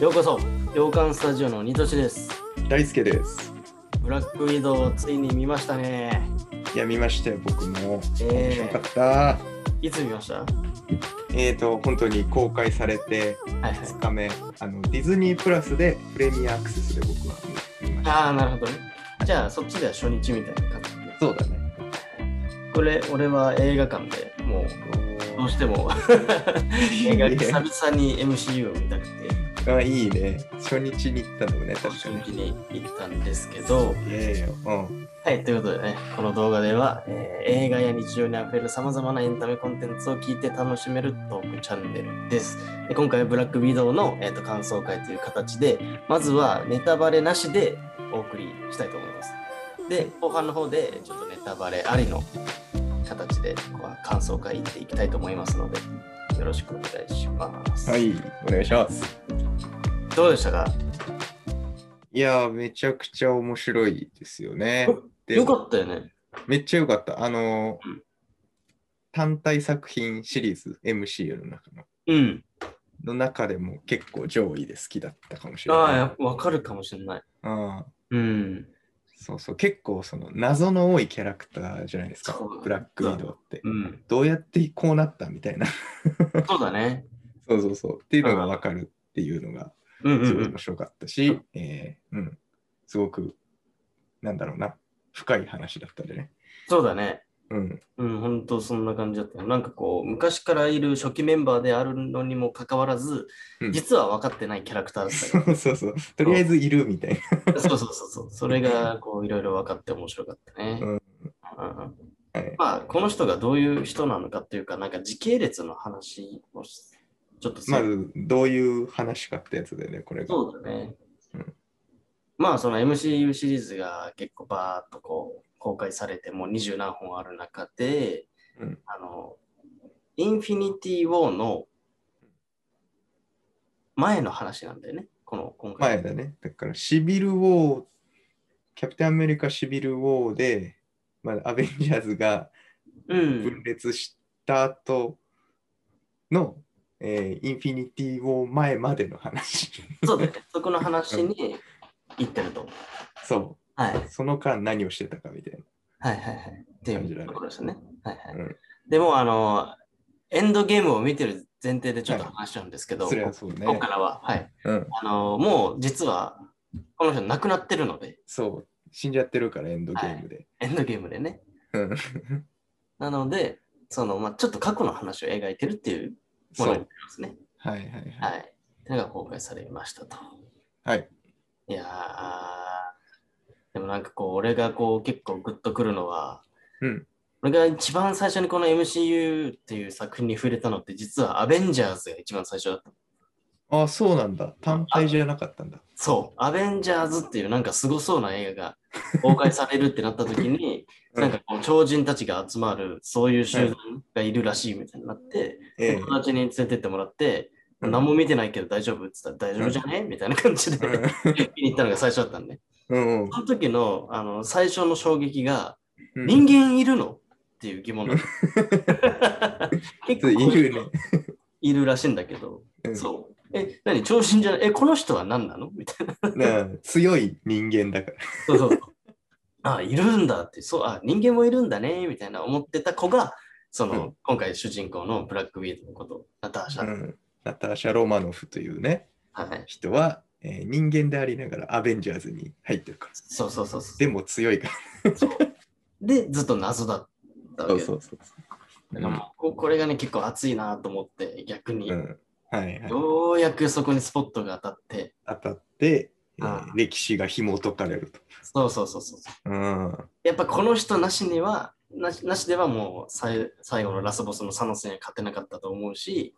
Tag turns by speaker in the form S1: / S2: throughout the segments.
S1: ようこそ洋館スタジオのニトシです
S2: 大輔です。
S1: ブラックウィドウをついに見ましたね
S2: いや、見ましたよ、僕も。面白
S1: え
S2: かった。
S1: ー、いつ見ましたは
S2: えーと、本当に公開されて
S1: いはい
S2: 2日目、あのディズニープラスでプレミアアクセスで僕は見ました。
S1: ああなるほどねじゃあそっちでは初日みたいな感じで
S2: そうだね。
S1: これ俺は映画館でもうどうしても映画久々に MCU を見たくて
S2: あいいね。初日に行ったのもね、確
S1: 初
S2: かに
S1: 日。に行ったんですけど
S2: いやいやうん。
S1: はい、ということでね、この動画では、えー映画や日常にあふれる様々なエンタメコンテンツを聞いて楽しめるトークチャンネルです。で今回はブラックビドウの、えー、と感想会という形で、まずはネタバレなしでお送りしたいと思います。で、後半の方でちょっとネタバレありの形でこう感想会行っていきたいと思いますので、よろしくお願いします。
S2: は、い、お願いします。
S1: どうでしたか
S2: いやー、めちゃくちゃ面白いですよ ね。で
S1: よかったよね。
S2: めっちゃ良かった。あのー
S1: うん
S2: 単体作品シリーズ、MCU の中の。
S1: うん。
S2: の中でも結構上位で好きだったかもしれない。
S1: ああ、わかるかもしれない。
S2: うん
S1: うん。
S2: そうそう結構その謎の多いキャラクターじゃないですか
S1: そう、
S2: ブラックウィドウって。
S1: うん。
S2: どうやってこうなったみたいな。
S1: そうだね。
S2: そうそうそう。っていうのが分かるっていうのが
S1: うんう
S2: す
S1: ん
S2: ご
S1: う
S2: い
S1: ん
S2: 面。白かったし、えーうん、すごく、なんだろうな、深い話だったんでね。
S1: そうだね。
S2: うん、
S1: うん、本当そんな感じだったよ。なんかこう、昔からいる初期メンバーであるのにもかかわらず、
S2: うん
S1: 実は分かってないキャラクターだった
S2: そ
S1: か
S2: うそうそう。とりあえずいるみたい
S1: ら。そうそうそうそう。それが、こう、いろいろ分かって面白かったね。
S2: うん
S1: うん
S2: な。はい、
S1: まあ、この人がどういう人なのかっていうか、なんか時系列の話をしちょっとす
S2: ま
S1: る
S2: ず、どういう話かってやつでね、これが。
S1: そうだね。
S2: うん
S1: まあ、その MCU シリーズが結構バーっとこう公開されて、もう二十何本ある中で、
S2: うん
S1: あの、インフィニティ・ウォーの前の話なんだよね、この今回。
S2: 前だね。だから、シビル・ウォー、キャプテン・アメリカ・シビル・ウォーで、まあ、アベンジャーズが
S1: うん
S2: 分。裂した後の、えーインフィニティ・ウォー前までの話。
S1: そう だよね。そこの話に行ってると。
S2: そ。
S1: はい。はいう
S2: その間何をしてたかみたい
S1: はいはい。って
S2: 感じ
S1: い
S2: だ
S1: う
S2: ね
S1: ところですね。はいはい。
S2: うん
S1: でも、あの、エンドゲームを見てる前提でちょっと話しちゃうんですけど、
S2: な。それはそうね
S1: 今。からは、はい。
S2: うん。
S1: あのもう実はこの人亡くなってるので、
S2: そう。死んじゃってるから、エンドゲームで。
S1: エンドゲームでね。
S2: うん。
S1: なので、そのまあ、ちょっと過去の話を描いてるっていうも
S2: そ
S1: のになり
S2: う。
S1: ますね。
S2: はいはいはい。
S1: はい。っていうのが公開されましたと。
S2: はい。
S1: いやー、でもなんかこう、俺がこう結構グッとくるのは、
S2: うん。
S1: 俺が一番最初にこの MCU っていう作品に触れたのって、実はアベンジャーズが一番最初だった。
S2: あ、そうなんだ。単体じゃなかったんだ。
S1: そう、アベンジャーズっていうなんかすごそうな映画が公開されるってなった時に、 なんかこう超人たちが集まる、そういう集団がいるらしいみたいになって、
S2: ええ
S1: 友達に連れてってもらって、
S2: うん
S1: 何も見てないけど大丈夫って言ったら大丈夫じゃね、みたいな感じで見に行ったのが最初だったんで、
S2: うん。うん
S1: その時のあの最初の衝撃が、
S2: うん。
S1: 人間いるのっていう疑問だった 結構
S2: いるね。
S1: いるらしいんだけど、
S2: うん
S1: そう。え、何超人じゃないえ、この人は何なのみたいな。
S2: なあ強い人間だから。
S1: そうそうそう。 あ、いるんだって、そう、あ、人間もいるんだね、みたいな思ってた子が、その、
S2: うん
S1: 今回主人公のブラックウィードのこと、ナターシャ。
S2: うん、ナターシャ・ロマノフというね
S1: はい。
S2: 人は、えー人間でありながらアベンジャーズに入ってるから
S1: そうそうそうそう。
S2: でも強いか
S1: で、ずっと謎だった
S2: ら
S1: わけです。
S2: うそうそう
S1: だ
S2: う
S1: から
S2: ん、
S1: もうここれがね、結構熱いなと思って、逆に、
S2: うんはいはい、
S1: ようやくそこにスポットが当たって、
S2: 当たって、えー
S1: ああ
S2: 歴史が紐解かれると、
S1: そうそうそうそう。
S2: うん、
S1: やっぱこの人なしには、なしなしではもう最最後のラスボスのサノスには勝てなかったと思うし、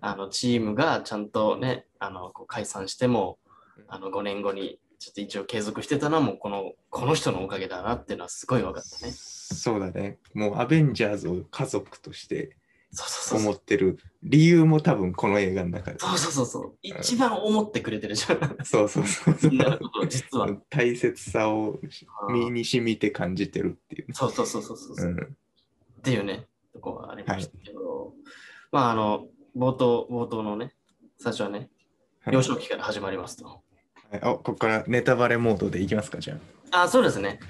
S1: あのチームがちゃんとね、あのこう解散しても、あの5年後にちょっと一応継続してたのはもうこのこの人のおかげだなっていうのはすごい分かったね。
S2: そうだねもうアベンジャーズを家族として
S1: そうそうそ
S2: 思
S1: う。
S2: ってる理由も多分この映画の中で
S1: そうそうそうそう。一番思ってくれてるじ ゃん。
S2: そうそうそうそ
S1: みんなの
S2: う
S1: ことを実は。
S2: 大切さを身に染みて感じてるっていう、
S1: そうそうそうそうそう。
S2: うん、
S1: っていうね、とこはありましたけど、まああの、冒頭、冒頭のね、最初はね、
S2: はい
S1: 幼少期から始まりますと。
S2: はいあ、ここからネタバレモードでいきますか、じゃ
S1: あ、そうです ね。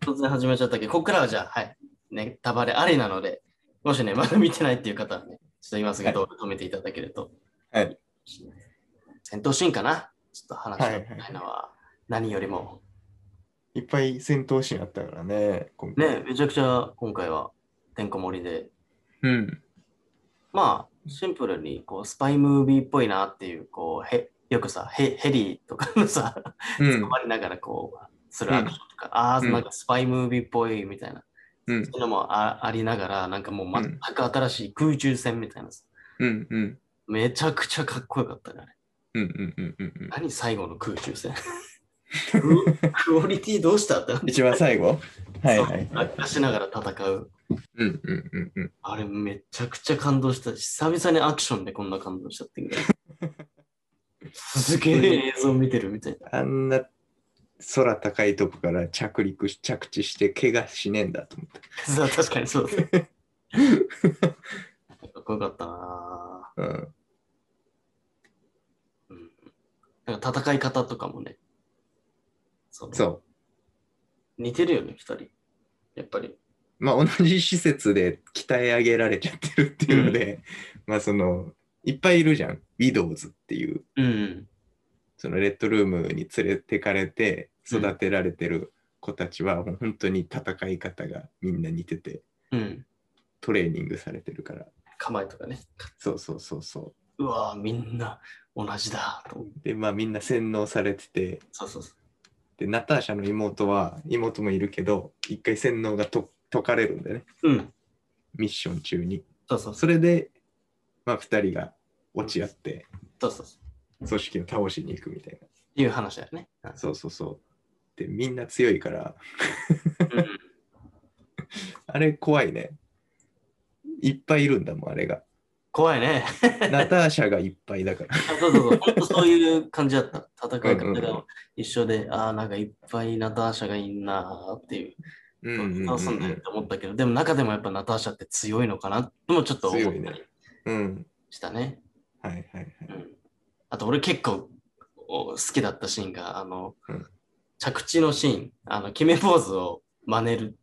S1: 突然始めちゃったけど、ここからはじゃあ、はい、ネタバレありなので、もしね、まだ見てないっていう方はね、ちょっと今すぐ動画止めていただけると。
S2: はい。
S1: 戦闘シーンかなちょっと話したいのは、何よりも。
S2: あ。いっぱい戦闘シーンあったからね、今
S1: ね、
S2: 回。
S1: めちゃくちゃ今回はてんこ盛りで、
S2: うん。
S1: まあ、シンプルにこうスパイムービーっぽいなっていう、こう、へよくさヘ、ヘリとかのさ、
S2: うん
S1: 捕。まりながらこう、するアクションとか、ああ、
S2: うん
S1: なんかスパイムービーっぽいみたいな。
S2: うん
S1: そういうのもあありながら、なんかもう
S2: う
S1: 全
S2: ん
S1: く新しい空中戦みたいなさ、
S2: うん。うん。
S1: めちゃくちゃかっこよかったね。あれ
S2: うん。うん。うん。うん。
S1: 何最後の空中 戦ククオリティどうしたってなって
S2: 一番最後はいはい。
S1: 落下しながら戦う。
S2: うん。うん。うん。うん。
S1: あれめちゃくちゃ感動した。久々にアクションでこんな感動しちゃってぐらい。すげえ映像見てるみたいな。
S2: あんな空高いとこから着陸し、着地して怪我しねえんだと思った。
S1: そう確かにそうだ。かっこよかったな
S2: うん。
S1: ぁうん。なんか戦い方とかもね。その
S2: そう。
S1: 似てるよね、二人。やっぱり。
S2: まあ、同じ施設で鍛え上げられちゃってるっていうので、まあそのいっぱいいるじゃん Widows っていう
S1: うん。
S2: そのレッドルームに連れてかれて育てられてる子たちは、もう本当に戦い方がみんな似てて
S1: うん。
S2: トレーニングされてるから
S1: 構えとかね。
S2: そうそうそうそう
S1: わぁ、みんな同じだと思う。
S2: うでまあみんな洗脳されてて
S1: そうそうそう。
S2: でナターシャの妹は妹もいるけど一回洗脳がと解かれるんでね
S1: うん。
S2: ミッション中に
S1: そうそうそう。
S2: それでまあ2人が落ち合って
S1: そうそうそう。
S2: 組織を倒しに行くみたいな。
S1: いう話だよね。
S2: そうそうそう。で、みんな強いから、
S1: うん
S2: あれ怖いね。いっぱいいるんだもん、あれが。
S1: 怖い ね。
S2: ナターシャがいっぱい だから。
S1: そうそうそう。本当そういう感じだった。戦い
S2: うんう
S1: 方
S2: んうん
S1: が一緒で、ああ、なんかいっぱいナターシャがいんなーっていう。
S2: う
S1: 倒すんだよって思ったけど、でも中でもやっぱナターシャって強いのかなともちょっと思
S2: 強
S1: っ
S2: いね
S1: たり。
S2: うん。
S1: したね。
S2: はいはいはい。
S1: うんあと俺結構お好きだったシーンが、あの、
S2: うん
S1: 着地のシーン、あの、決めポーズを真似る。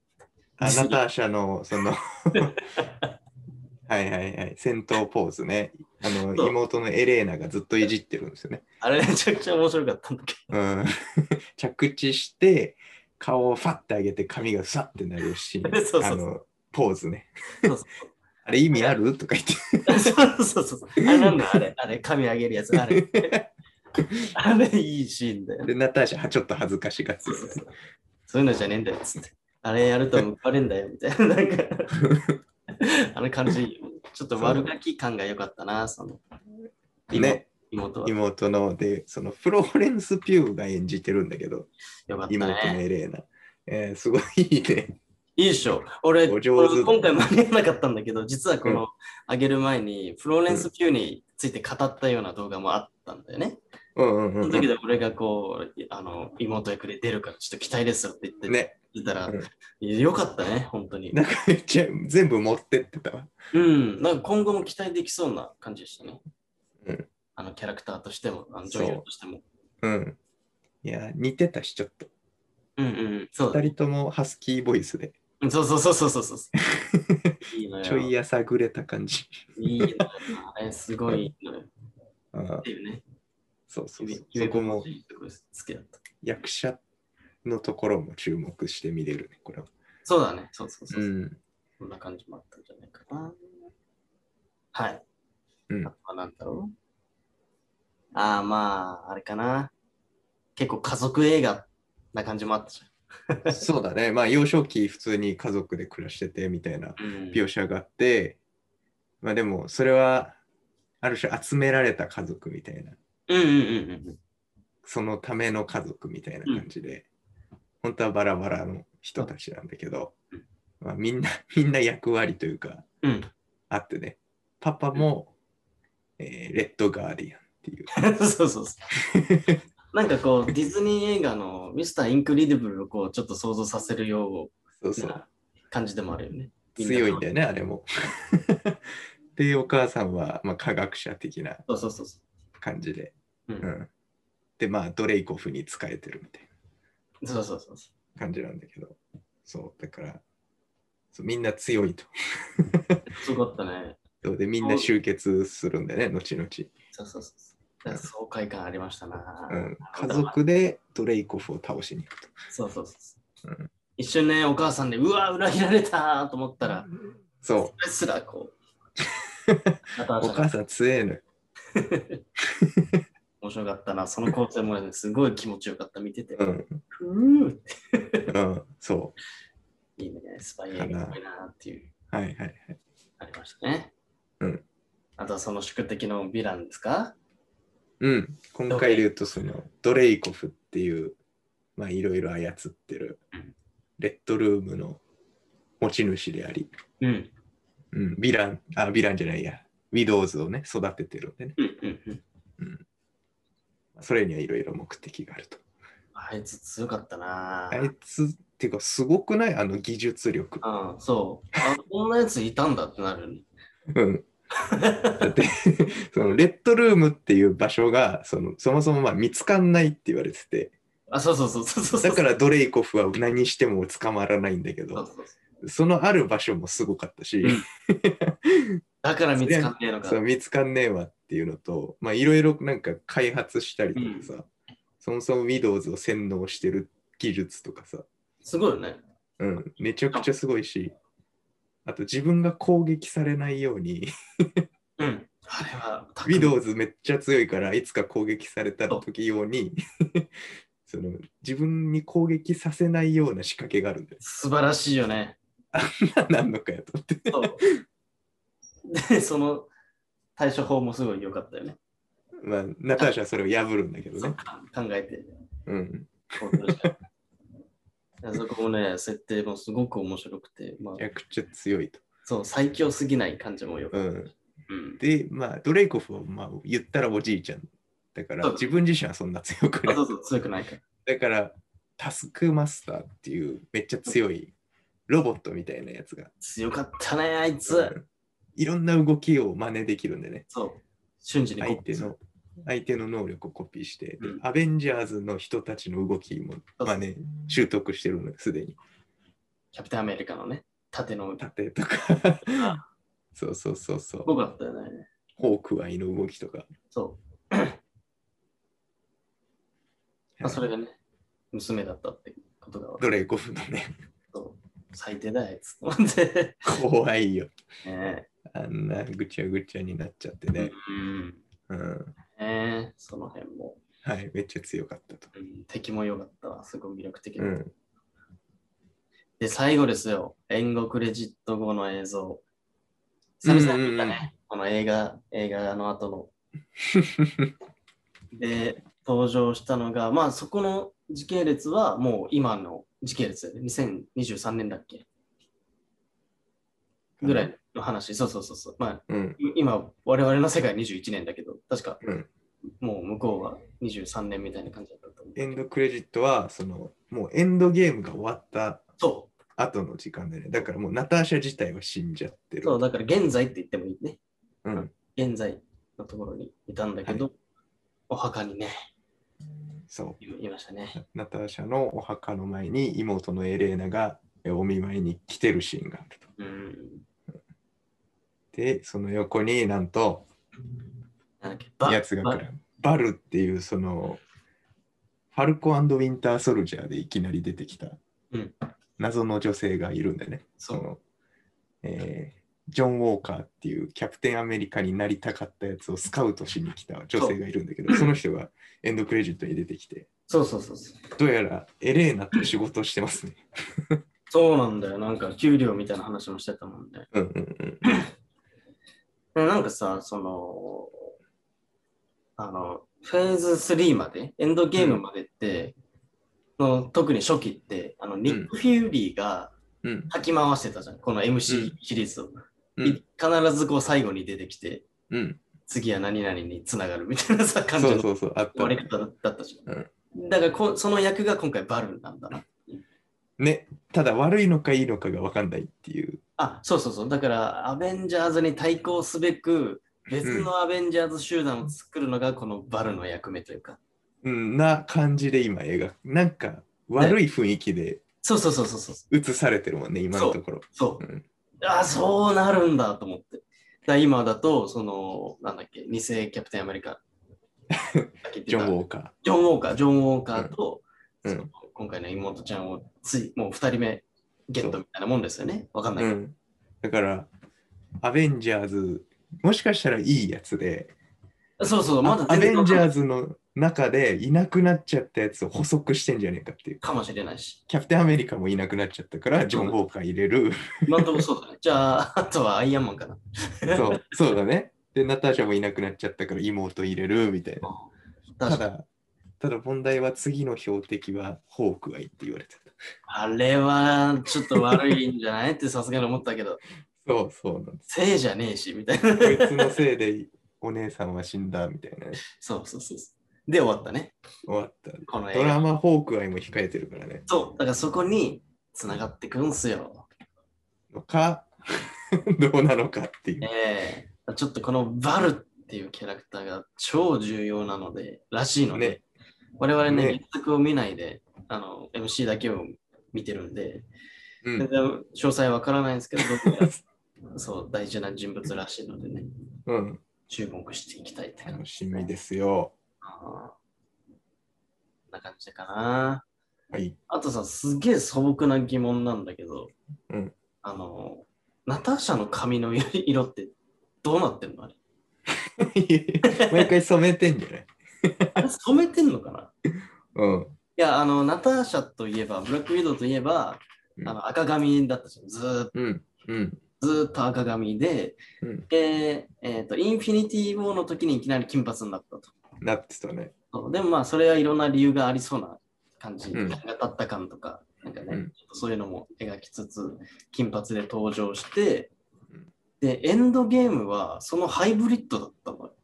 S2: あナターシャの、その、はいはいはい。戦闘ポーズね。あの、
S1: そう
S2: 妹のエレーナがずっといじってるんですよね。
S1: あれめちゃくちゃ面白かったんだけ
S2: うん。 着地して、顔をファッて上げて、髪がサッてなるシーン。
S1: そうそうそう
S2: あの、ポーズね。
S1: ど。そう
S2: あれ意味あるとか言っ て。
S1: そうそうそうそう。あれなんだ、あれ、あれ、髪上げるやつ、あれ。 あれいいシーンだよね。
S2: で、ナターシャはちょっと恥ずかしがって
S1: そう
S2: る
S1: そうそうそういうのじゃねえんだよ、つって。あれやると報われんだよ、みたいな。なんか、あの感じ、ちょっと悪ガキ感が良かったな、その。妹
S2: ね、
S1: 妹は。
S2: 妹ので、そのフローレンス・ピューが演じてるんだけど、
S1: よかった
S2: 妹の
S1: ね。
S2: エレーナ。えーすごいね。
S1: いいでしょ。俺、
S2: お上手だ
S1: 今回間に合わなかったんだけど、実はこの、あげる前に、フローレンス・ピューについて語ったような動画もあったんだよね。
S2: うんうんう
S1: その
S2: ん
S1: 時で俺がこう、あの、妹役で出るからちょっと期待ですよって言って
S2: うん。ね、
S1: 言ったら、
S2: うん
S1: よかったね、本当に
S2: な。んかめっちゃ全部持ってってたわ。
S1: うん、なんか今後も期待できそうな感じでしたね。
S2: うん
S1: あのキャラクターとしても、あの
S2: そう
S1: 女優としても。
S2: うん。いや、似てたし、ちょっと。
S1: うんうん、そうだ
S2: 二人ともハスキーボイスで、
S1: うんそうそうそうそうそう そう。いいのよ。
S2: ちょいやさぐれた感じ。
S1: いいのよ。あれすごいいいのよ。っ
S2: あー
S1: ていうね。
S2: そうそうそう。
S1: ゆめ
S2: そ
S1: ぽ
S2: こ
S1: んの
S2: も
S1: 好きだった。
S2: 役者のところも注目して見れるね、これは。
S1: そうだね。そうそうそう。
S2: うん。
S1: そんな感じもあったんじゃないかな。はい。
S2: うん
S1: あとは何だろうああ、まあ、あれかな。結構家族映画な感じもあったじ
S2: そうだね。まあ、幼少期普通に家族で暮らしててみたいな
S1: ゃん。うん
S2: 描写があって、まあでもそれはある種集められた家族みたいな
S1: うんうんうんうん。
S2: そのための家族みたいな感じで、本当はバラバラの人たちなんだけど、
S1: うん
S2: まあ、みんな みんな役割というか
S1: うん。
S2: あってねパパも、えーレッドガーディアンってい う
S1: そう そうそう。なんかこう、ディズニー映画のミスター・インクリディブルをこう、ちょっと想像させるよ
S2: そう
S1: う
S2: そ
S1: な
S2: う
S1: 感じでもあるよね。
S2: 強いん
S1: で。
S2: だ よねあれも。でお母さんは、まあ、科学者的な
S1: そうそうそうそう。
S2: 感じで、
S1: う。
S2: うんん、でまあドレイコフに仕えてるみたい
S1: そうそうそうそ
S2: な感じなんだけどそうだからそうみんな強いと
S1: う。すごかったね。
S2: そうでみんな集結するんだよね後々、
S1: そうそうそうそう。爽快感ありましたな。
S2: うん、家族でドレイコフを倒しに行くと
S1: そうそうそうそう。
S2: うん
S1: 一瞬ね、お母さんで、うわ、裏切られたーと思ったら、
S2: そ
S1: それすらこ う。
S2: う
S1: 後
S2: お
S1: 々
S2: 母さん強えのよ
S1: 面白かったな。その構成もね、すごい気持ちよかった、見てて。
S2: う、
S1: うんーって
S2: うん、そ
S1: いいね、スパイ映画っぽいなーっていう、
S2: うはいはい
S1: ありましたね。
S2: うん。
S1: あとはその宿敵のヴィランですか
S2: うん、今回で言うとそのドレイコフっていうまあいろいろ操ってる
S1: うん
S2: レッドルームの持ち主であり、
S1: うん。
S2: うん、ヴィランあヴィランじゃないやウィドウズをね育ててるんでね
S1: うんうんうん。
S2: それにはいろいろ目的があると
S1: あいつ強かったな
S2: あいつっていうかすごくないあの技術力
S1: うん、そう。あ、こんなやついたんだってなるね。
S2: うんだってそのレッドルームっていう場所がそのそもそもまあ見つかんないって言われてて
S1: あ、そうそうそうそうそうそう。
S2: だからドレイコフは何しても捕まらないんだけ
S1: そう
S2: ど
S1: そうそう
S2: そのある場所もすごかったし、
S1: うんだから見つかんねえのか。
S2: そう見つかんねえわっていうのとまあいろいろなんか開発したりとかさ、そもそも Windows を洗脳してる技術とかさ、
S1: すごいよね。
S2: うん、めちゃくちゃすごいしあと自分が攻撃されないよう に
S1: うん。あれは、たく
S2: Windows めっちゃ強いからいつか攻撃された時用に その自分に攻撃させないような仕掛けがあるんだ よ。
S1: 素晴らしいよね。
S2: 何のかやと思って。
S1: そう。で、その対処法もすごい良かったよね。
S2: まあナターシャはそれを破るんだけど
S1: そう
S2: ね。
S1: か考えて。
S2: うん、
S1: こうするしかないいやそこもね、設定もすごく面白くて、まあ
S2: めち、ゃくちゃ強いと。
S1: そう、最強すぎない感じもよく。
S2: うん
S1: うん。
S2: で、まあ、ドレイコフは、まあ、言ったらおじいちゃんだから
S1: そう、
S2: 自分自身はそんな強くな
S1: あ
S2: い
S1: そ。うそう、強くないから。
S2: だから、タスクマスターっていうめっちゃ強いロボットみたいなやつが、
S1: 強かったね、あいつ。
S2: うんいろんな動きを真似できるんでね、
S1: そう。瞬時に
S2: 相手の。相手の能力をコピーして、で
S1: うん
S2: アベンジャーズの人たちの動きも
S1: そう
S2: 真似、習得してるのよ、すでに。
S1: キャプテンアメリカのね、縦の歌。
S2: 盾とか、
S1: あ
S2: そうそうそうそう
S1: す、ごかったよね。
S2: ホークアイの動きとか。
S1: そう。まあ、それがね、娘だったってことが分か
S2: ドレイコフのね、
S1: ると、最低だ、あいつ。 思って。
S2: 怖いよ。
S1: ね
S2: あんなぐちゃぐちゃになっちゃってね。
S1: うん。
S2: うん
S1: ねその辺も、
S2: はい、めっちゃ強かったと。
S1: うん敵も良かったわ。すごい魅力的だ
S2: う
S1: った
S2: ん、
S1: で、最後ですよ。援護クレジット後の映像。久々に見た
S2: うんうんうん
S1: ね。この映画、映画の後 の。で、登場したのが、まあそこの時系列はもう今の時系列で、2023年だっけぐらいの話。そうそうそうそう。まあ
S2: うん、
S1: い今、我々の世界21年だけど、確か
S2: うん。
S1: もう向こうは23年みたいな感じだったと思う。
S2: エンドクレジットは、その、もうエンドゲームが終わった
S1: そ
S2: 後の時間でね、だからもうナターシャ自体は死んじゃって
S1: う、
S2: る。
S1: そう、だから現在って言ってもいいね。
S2: うん、
S1: 現在のところにいたんだけど、お墓にね、
S2: そ
S1: いましたね。
S2: う。ナターシャのお墓の前に妹のエレーナがえお見舞いに来てるシーンがあると。
S1: うん。
S2: で、その横になんと、
S1: なんだっけ、
S2: やつが来る。バルっていう、その、ファルコウィンター・ソルジャーでいきなり出てきた
S1: うん
S2: 謎の女性がいるんだよね。
S1: そ。
S2: そうの、えージョン・ウォーカーっていうキャプテンアメリカになりたかったやつをスカウトしに来た女性がいるんだけど、その人がエンドクレジットに出てきて、
S1: そうそうそうそう。
S2: どうやらエレーナと仕事をしてますね。
S1: そうなんだよ。なんか給料みたいな話もしてたもんね。
S2: うんうんうん。
S1: でなんかさ、その、あの、フェーズ3まで、エンドゲームまでって、の特に初期って、あの、ニック・フューリーが
S2: うん
S1: かき回してたじゃん。この MC シリーズを。
S2: うん
S1: い必ずこう最後に出てきて、
S2: うん、
S1: 次は何々につながるみたいなさ、感じ
S2: そ
S1: の
S2: うそうそう、あった
S1: 終わ。り方だったじゃん。だからこ、その役が今回バルなんだな。
S2: ね、ただ悪いのかいいのかが分かんないっていう。
S1: あ、そうそうそう。だから、アベンジャーズに対抗すべく、別のアベンジャーズ集団を作るのがこのバルの役目というか。
S2: うん、な感じで今映画、なんか悪い雰囲気で
S1: そうそうそうそうそう。
S2: 映されてるもんね、今のところ。
S1: そう。
S2: うん
S1: ああ、そうなるんだと思って。だから今だと、その、なんだっけ、偽キャプテンアメリ カ。
S2: ジョン・
S1: ウォーカー。
S2: ウォーカ
S1: ジョン・ウォーカー、ジョン・ウォーカーと、
S2: うん
S1: その今回の妹ちゃんをつい、もう二人目ゲットみたいなもんですよね。わかんな
S2: ー。
S1: いうけど。
S2: ん。だから、アベンジャーズ、もしかしたらいいやつで、
S1: そうそう、まだ
S2: アベンジャー
S1: ズ
S2: ズの中でいなくなっちゃったやつを補足してんじゃねえかっていう。
S1: かもしれないし。
S2: キャプテンアメリカもいなくなっちゃったから、ジョン・ウォーカー入 れる。
S1: 今んとこそうだね。 じゃあ、あとはアイアンマンかな。
S2: そう、そうだね。で、ナターシャもいなくなっちゃったから妹入れるみたいな。た
S1: 確 かに
S2: だ、ただ問題は次の標的はホークアイって言われてた。
S1: あれはちょっと悪いんじゃないってさすがに思ったけど、
S2: そうそうなんです。
S1: せいじゃねえし、みたいな。
S2: こいつのせいでお姉さんは死んだみたいなね。
S1: そうそうそうそう。で終わったね。
S2: 終わった。
S1: この映
S2: ド
S1: 画。
S2: ラマホークアイも控えてるからね。
S1: そう。だからそこに繋がってくんすよ。
S2: のか、 どうなのかっていう。
S1: ええちょっとこのバルっていうキャラクターが超重要なので、らしいので、
S2: ね
S1: 我々ね、
S2: ね
S1: 原作を見ないで、あの、MC だけを見てるんで、
S2: う
S1: 全
S2: ん。
S1: 然詳細わからないんですけど、どこ かそう、大事な人物らしいのでね、
S2: うん。
S1: 注目していきたいって感
S2: 楽
S1: じ
S2: しみですよ。
S1: かな。こんな感じかな。
S2: はい。
S1: あとさ、すげえ素朴な疑問なんだけど、
S2: うん
S1: あの、ナターシャの髪の色色ってどうなってんのあれ
S2: 毎回染めてんじゃない
S1: あれ染めてんのかな
S2: うん。
S1: いや、あの、ナターシャといえば、ブラックウィドウといえば、
S2: うん
S1: あの赤髪だったじゃん。ずーっ
S2: うん。うん。
S1: とずーっと赤髪で、
S2: うん
S1: で、えっ、と、インフィニティ・ウォーの時にいきなり金髪になったと。
S2: なってたね。
S1: そうでもまあ、それはいろんな理由がありそうな感じ。
S2: うん
S1: が立った感とか、なんかね、
S2: うん
S1: ちょっとそういうのも描きつつ、金髪で登場して
S2: うん、
S1: で、エンドゲームはそのハイブリッドだったのよ。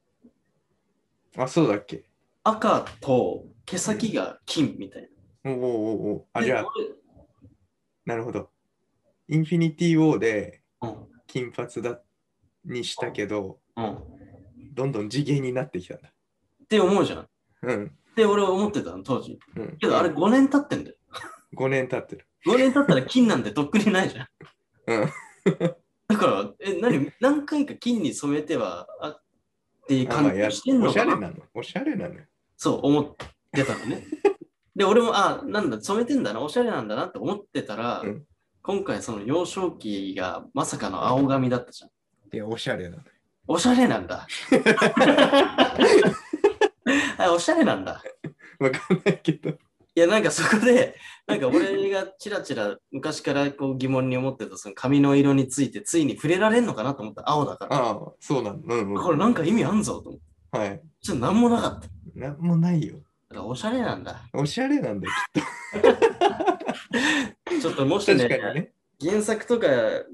S2: あ、そうだっけ
S1: 赤と毛先が金みたいな。
S2: おおおお。あ、
S1: で
S2: じゃあ、
S1: 俺
S2: なるほど。インフィニティ・ウォーで
S1: うん
S2: 金髪だにしたけど、
S1: うん、っ
S2: どんどん次元になってきたんだ。
S1: て思うじゃん。っ
S2: うん。
S1: て俺は思ってたの当時。
S2: うん、
S1: けどあれ5年経ってんだよ。
S2: 5年経ってる。
S1: 5年経ったら金なんてとっくにないじゃん。
S2: うん。
S1: だから、え、何、何回か金に染めては、あっていう
S2: あ
S1: 感
S2: まあ
S1: じ
S2: や
S1: がしてん
S2: お
S1: の
S2: しゃ
S1: か
S2: れ
S1: な
S2: なの。おしゃれなのよ。
S1: そう思ってたのね。で、俺も、あ、なんだ、染めてんだな、おしゃれなんだなって思ってたら、
S2: うん
S1: 今回その幼少期がまさかの青髪だったじゃん。
S2: いや、おしゃれなの。
S1: おしゃれなん だ。あおしゃれなんだ。
S2: わかんないけど。
S1: いや、なんかそこで、なんか俺がちらちら昔からこう疑問に思ってたその髪の色についてついに触れられんのかなと思った。青だから。
S2: ああ、そうなの。うん、うん。
S1: これなんか意味あんぞと思って。
S2: はい。
S1: ちょっと何もなかった。だ
S2: なんもないよ。
S1: からおしゃれなんだ。
S2: おしゃれなんだよ。
S1: ちょっともし
S2: 確
S1: ね、
S2: かにね。
S1: 原作とか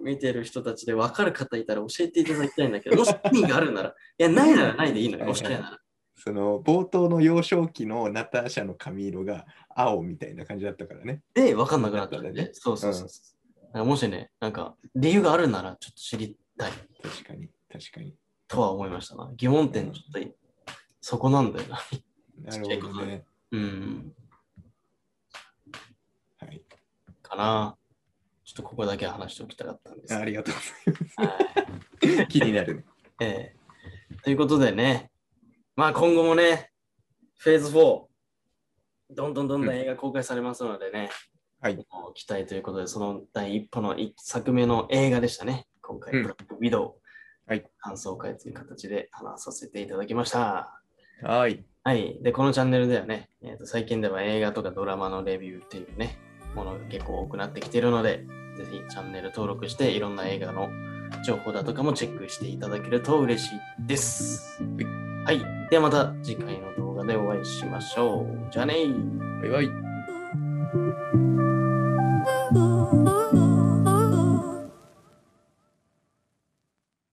S1: 見てる人たちで分かる方いたら教えていただきたいんだけど、もし意味があるなら、いや、ないならないでいいの
S2: は
S1: よ、
S2: いはい
S1: おしゃれなら。
S2: その冒頭の幼少期のナターシャの髪色が青みたいな感じだったからね。
S1: で、分かんなくなった
S2: なん
S1: で、
S2: んか
S1: ね
S2: ね、
S1: そうそうそうそう。だからもしね、なんか理由があるならちょっと知りたい
S2: 確かに。確かに。
S1: とは思いましたな。疑問点、ちょっとそこなんだよな。
S2: なるほどね。
S1: うん、
S2: はい。
S1: かな。ちょっとここだけは話しておきたかったんです。
S2: ありがとうござい
S1: はい
S2: ます。気になるね。
S1: ええということでね、まあ今後もね、フェーズ4、どんどんどんどん映画公開されますのでね、
S2: はい
S1: もう期待ということで、その第一歩の一作目の映画でしたね。今回、
S2: うん
S1: ブラックウィドウ、
S2: はい
S1: 感想会という形で話させていただきました。
S2: はい。
S1: はい。で、このチャンネルではね、えーと最近では映画とかドラマのレビューっていうね、ものが結構多くなってきているので、ぜひチャンネル登録して、いろんな映画の情報だとかもチェックしていただけると嬉しいです。はい。ではまた次回の動画でお会いしましょう。じゃあねー。
S2: バイバイ。